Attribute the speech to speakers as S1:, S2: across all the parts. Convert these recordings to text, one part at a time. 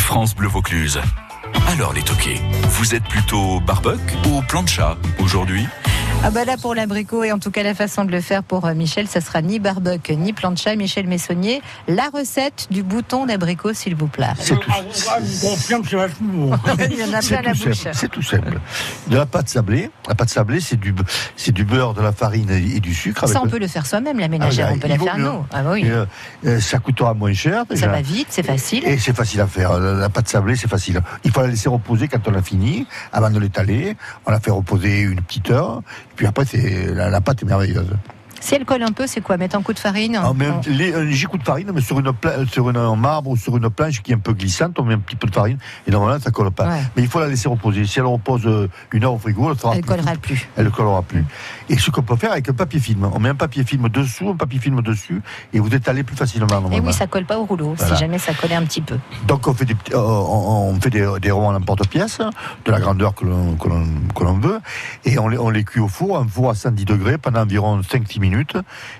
S1: France Bleu Vaucluse. Alors les toqués, vous êtes plutôt barbecue ou plancha aujourd'hui
S2: Ah bah là pour l'abricot et en tout cas la façon de le faire pour euh, Michel, ça sera ni barbecue ni plancha. Michel Messonnier, la recette du bouton d'abricot s'il vous plaît.
S3: C'est tout,
S4: Ah, vous- ah, je vous confirme que c'est vachement bon.
S2: Il y en a
S3: c'est
S2: plein la
S3: tout
S2: bouche.
S3: simple. C'est tout simple. De la pâte sablée. La pâte sablée, c'est du, be- c'est du beurre, de la farine et et du sucre.
S2: Ça
S3: avec-
S2: on peut le faire soi-même, la
S3: Ah,
S2: ménagère,
S3: là,
S2: on peut
S3: il
S2: la
S3: vaut
S2: faire
S3: mieux.
S2: nous. Ah oui,
S3: Et, euh, euh, ça coûtera moins cher déjà.
S2: ça va vite, c'est facile.
S3: Et c'est facile à faire. La la pâte sablée, c'est facile. Il faut la laisser reposer quand on a fini, avant de l'étaler. On la fait reposer une petite heure. Puis après, c'est la, la pâte est merveilleuse.
S2: Si elle colle un peu, c'est quoi Mettre un coup de farine
S3: On met
S2: on-
S3: un, les- un jicot de farine, mais sur, une pla- euh, sur une- un marbre ou sur une planche qui est un peu glissante, on met un petit peu de farine et normalement, ça colle pas.
S2: Ouais.
S3: Mais il faut la laisser reposer. Si elle repose euh, une heure au frigo, elle sera
S2: Elle collera plus.
S3: elle ne collera plus. Et ce qu'on peut faire avec un papier film, on met un papier film dessous, un papier film dessus, et vous étalez plus facilement.
S2: Et
S3: normalement.
S2: oui, ça colle pas au rouleau,
S3: Voilà.
S2: si jamais ça collait un petit peu.
S3: Donc on fait des, petits- euh, on, on fait des, des romans à l'emporte-pièce, de la grandeur que l'on que l'on- que l'on veut, et on les, on les cuit au four, un four à 110 degrés pendant environ 5-10 minutes.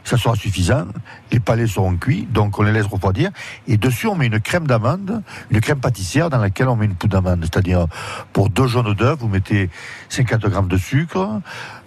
S3: Ça sera suffisant. Les palais seront cuits, donc on les laisse refroidir. Et dessus, on met une crème d'amande, une crème pâtissière dans laquelle on met une poudre d'amande. C'est-à-dire, pour deux jaunes d'œufs, vous mettez 50 grammes de sucre.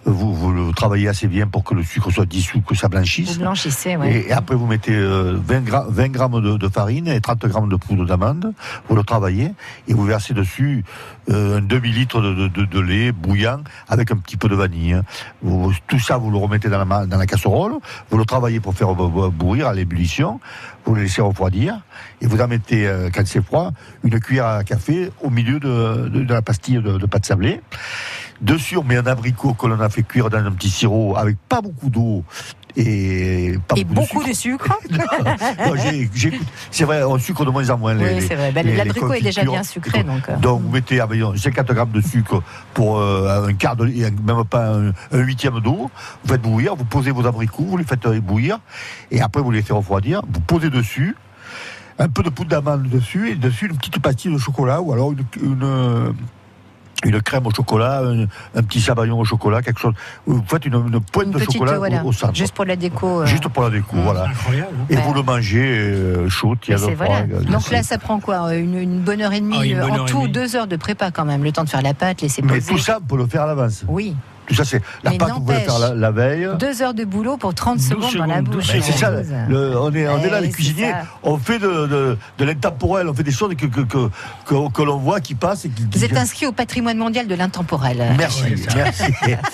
S3: Vous, vous le travaillez assez bien pour que le sucre soit dissous, que ça
S2: Vous
S3: blanchisse.
S2: blanchissez, ouais.
S3: Et, et après, vous mettez euh, 20, gra- 20 grammes de, de farine et 30 grammes de poudre d'amande. Vous le travaillez et vous versez dessus euh, un demi-litre de, de- de- de lait bouillant avec un petit peu de vanille. hein. Vous- tout ça, vous le remettez dans la, ma- dans la casserole. Vous le travaillez pour faire bo- bo- bouillir à l'ébullition. Vous le laissez refroidir et vous en mettez, euh, quand c'est froid, une cuillère à café au milieu de, de- de la pastille de, de pâte sablée. Dessus, on met un abricot que l'on a fait cuire dans un petit sirop avec pas beaucoup d'eau et pas
S2: Et
S3: beaucoup de sucre.
S2: beaucoup de sucre.
S3: Non, j'ai- j'ai- c'est vrai, on sucre de moins en moins. les-
S2: Oui,
S3: les-
S2: c'est vrai. Ben,
S3: les- les
S2: L'abricot est déjà
S3: confitures.
S2: bien sucré, donc. euh,
S3: Donc vous mettez ah, voyons, 50 grammes de sucre pour euh, un quart de et même pas un, un huitième d'eau. Vous faites bouillir, vous posez vos abricots, vous les faites euh, bouillir, et après vous les laissez refroidir. Vous posez dessus un peu de poudre d'amande dessus et dessus une petite pastille de chocolat ou alors une, une, une crème au chocolat, un, un petit sabayon au chocolat, quelque chose. Vous faites une, une pointe
S2: une
S3: de
S2: petite,
S3: chocolat
S2: euh, voilà,
S3: au, au centre,
S2: juste pour la déco. euh,
S3: Juste pour la déco,
S2: Mm.
S3: voilà.
S4: Incroyable. hein.
S3: Et
S2: Ouais.
S3: vous le mangez euh, chaud,
S2: mais
S3: tiède,
S2: c'est
S3: froid,
S2: voilà.
S3: euh,
S2: Donc
S3: c'est-
S2: là, ça prend quoi euh, une, une bonne heure et demie
S4: Ah, une
S2: euh,
S4: bonne
S2: en
S4: heure et
S2: tout,
S4: demie.
S2: deux heures de prépa quand même, le temps de faire la pâte, laisser
S3: mais
S2: poser.
S3: tout ça, on peut le faire à l'avance.
S2: Oui,
S3: Tout ça, c'est la
S2: Mais
S3: pâte, vous pouvez
S2: n'empêche,
S3: faire la, la veille.
S2: deux heures de boulot pour 30
S4: Douze
S2: secondes, dans la
S4: secondes, douze
S2: bouche. Euh,
S3: Mais c'est ça, le- on est, on est là,
S2: Ouais,
S3: les
S2: Eh, c'est
S3: cuisiniers,
S2: ça.
S3: on fait de, de, de l'intemporel, on fait des choses que, que, que, que, que l'on voit qui passent et qui.
S2: Vous
S3: qui-
S2: êtes inscrit au patrimoine mondial de l'intemporel.
S3: Merci,
S4: Ouais, c'est ça.
S3: merci.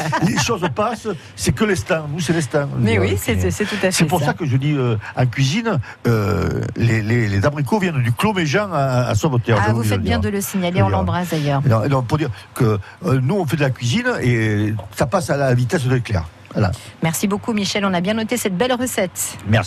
S3: les choses passent, c'est que l'instant, nous, c'est l'instant.
S2: Mais oui,
S3: Voilà.
S2: c'est c'est tout à fait
S3: C'est pour ça. que je dis euh, en cuisine, euh, les, les, les abricots viennent du Clos-Méjean à, à Sauveterre.
S2: Ah,
S3: j'ai
S2: vous
S3: oublié de
S2: faites
S3: le
S2: bien
S3: dire.
S2: de le signaler,
S3: Je
S2: on
S3: veux dire.
S2: l'embrasse d'ailleurs.
S3: Non, non, pour dire que euh, nous, on fait de la cuisine et ça passe à la vitesse de l'éclair. Voilà.
S2: Merci beaucoup Michel, on a bien noté cette belle recette.
S3: Merci.